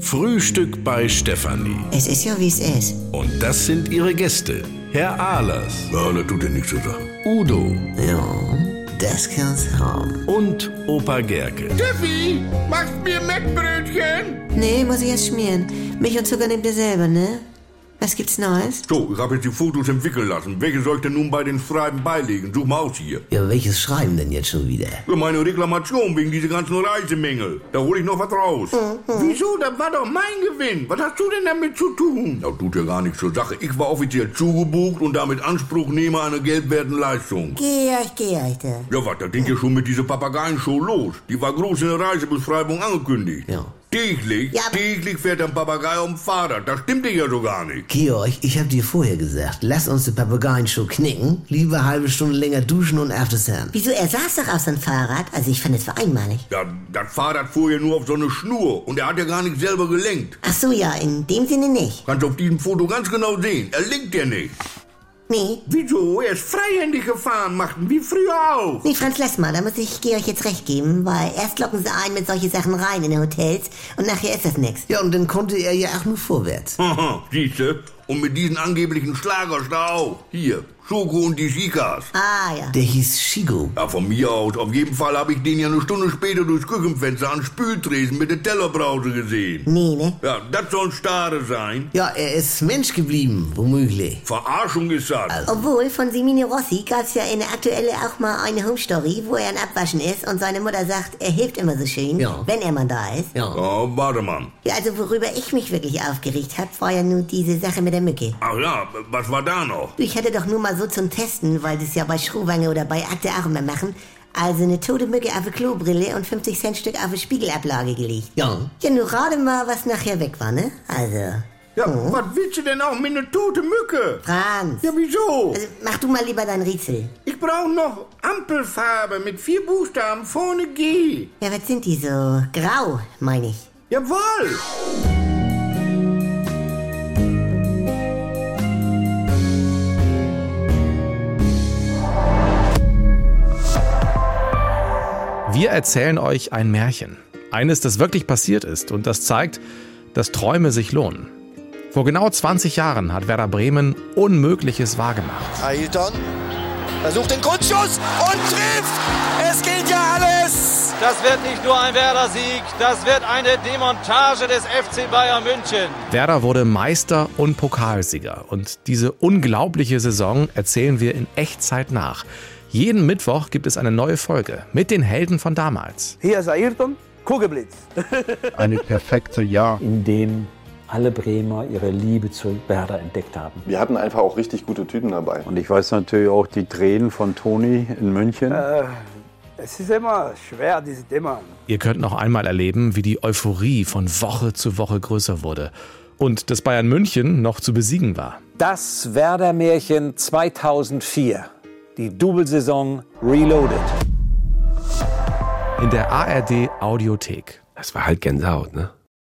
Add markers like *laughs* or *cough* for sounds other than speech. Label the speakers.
Speaker 1: Frühstück bei Stefanie.
Speaker 2: Es ist ja, wie es ist.
Speaker 1: Und das sind ihre Gäste. Herr Ahlers. Ja, da tut er nichts zu sagen. Udo
Speaker 2: Ja, das kann's haben.
Speaker 1: und Opa Gerke.
Speaker 3: Tiffy, machst mir Mettbrötchen?
Speaker 2: Nee, muss ich jetzt schmieren. Milch und Zucker nehmt ihr selber, ne? Was gibt's Neues?
Speaker 3: So, ich habe jetzt die Fotos entwickeln lassen. Welche soll ich denn nun bei den Schreiben beilegen? Such mal aus hier.
Speaker 4: Ja, welches Schreiben denn jetzt schon wieder?
Speaker 3: Für meine Reklamation wegen dieser ganzen Reisemängel. Da hole ich noch was raus. Wieso? Das war doch mein Gewinn. Was hast du denn damit zu tun? Da tut ja gar nichts zur Sache. Ich war offiziell zugebucht und damit Anspruchnehmer einer geldwerten Leistung.
Speaker 5: Georg, Georg, du.
Speaker 3: Ja, was, da ging ja schon mit dieser Papageienshow los. Die war groß in der Reisebeschreibung angekündigt.
Speaker 4: Ja.
Speaker 3: Täglich,
Speaker 5: Ja, aber-
Speaker 3: täglich fährt ein Papagei um Fahrrad. Das stimmte ja so gar nicht.
Speaker 4: Georg, ich hab dir vorher gesagt, lass uns die Papageienshow knicken, lieber halbe Stunde länger duschen und aftersun.
Speaker 5: Wieso, er saß doch auf seinem Fahrrad? Also ich fand, es war einmalig.
Speaker 3: Ja, das Fahrrad fuhr ja nur auf so eine Schnur und er hat ja gar nicht selber gelenkt.
Speaker 5: Ach so, ja, in dem Sinne nicht.
Speaker 3: Kannst auf diesem Foto ganz genau sehen. Er lenkt ja nicht.
Speaker 5: Nee,
Speaker 3: Wieso? Er ist freihändig gefahren, machten wie früher auch.
Speaker 5: nee, Franz, lass mal, da muss ich Georg jetzt recht geben, weil erst locken sie einen mit solche Sachen rein in die Hotels und nachher ist das nix.
Speaker 4: Ja, und dann konnte er ja auch nur vorwärts.
Speaker 3: Haha, *laughs* siehste? Und mit diesen angeblichen Schlagers da auch. Hier, Schoko und die Chikas.
Speaker 5: Ah, ja.
Speaker 4: Der hieß Shigo.
Speaker 3: Ja, von mir aus. Auf jeden Fall habe ich den ja eine Stunde später durchs Küchenfenster an Spültresen mit der Tellerbrause gesehen.
Speaker 5: Nee, ne?
Speaker 3: Ja, das sollen Stare sein.
Speaker 4: Ja, er ist Mensch geblieben, womöglich.
Speaker 3: Verarschung ist das.
Speaker 5: Obwohl, von Simone Rossi gab's ja in der Aktuelle auch mal eine Home-Story, wo er ein Abwaschen ist und seine Mutter sagt, er hilft immer so schön,
Speaker 4: Ja.
Speaker 5: wenn er mal da ist.
Speaker 4: Ja.
Speaker 3: Oh, warte mal.
Speaker 5: Ja, also worüber ich mich wirklich aufgeregt hab, war ja nun diese Sache mit der Mücke.
Speaker 3: Ach ja, was war da noch?
Speaker 5: Du, Ich hatte doch nur mal so zum Testen, weil das ja bei Schruhwange oder bei Akte auch immer machen, also eine tote Mücke auf eine Klobrille und 50 Cent Stück auf eine Spiegelablage gelegt.
Speaker 4: Ja.
Speaker 5: Ja, nur rate mal, was nachher weg war, ne? Also,
Speaker 3: Ja, was willst du denn auch mit einer toten Mücke?
Speaker 5: Franz,
Speaker 3: Ja, wieso?
Speaker 5: also mach du mal lieber dein Rätsel.
Speaker 3: Ich brauche noch Ampelfarbe mit vier Buchstaben vorne G.
Speaker 5: Ja, was sind die so? Grau, meine ich.
Speaker 3: Jawohl!
Speaker 6: Wir erzählen euch ein Märchen. Eines, das wirklich passiert ist und das zeigt, dass Träume sich lohnen. Vor genau 20 Jahren hat Werder Bremen Unmögliches wahrgemacht.
Speaker 7: Ailton versucht den Grundschuss und trifft. Es gilt ja alles.
Speaker 8: Das wird nicht nur ein Werder-Sieg, das wird eine Demontage des FC Bayern München.
Speaker 6: Werder wurde Meister und Pokalsieger. Und diese unglaubliche Saison erzählen wir in Echtzeit nach. Jeden Mittwoch gibt es eine neue Folge mit den Helden von damals.
Speaker 9: Hier ist Ayrton Kugelblitz.
Speaker 10: eine perfekte Jahr.
Speaker 11: in dem alle Bremer ihre Liebe zu Werder entdeckt haben.
Speaker 10: Wir hatten einfach auch richtig gute Typen dabei. Und ich weiß natürlich auch die Tränen von Toni in München.
Speaker 9: Es ist immer schwer, diese Thema.
Speaker 6: Ihr könnt noch einmal erleben, wie die Euphorie von Woche zu Woche größer wurde und dass Bayern München noch zu besiegen war.
Speaker 11: Das Werder-Märchen 2004. Die Doublesaison Reloaded.
Speaker 6: In der ARD Audiothek.
Speaker 8: Das war halt Gänsehaut, ne?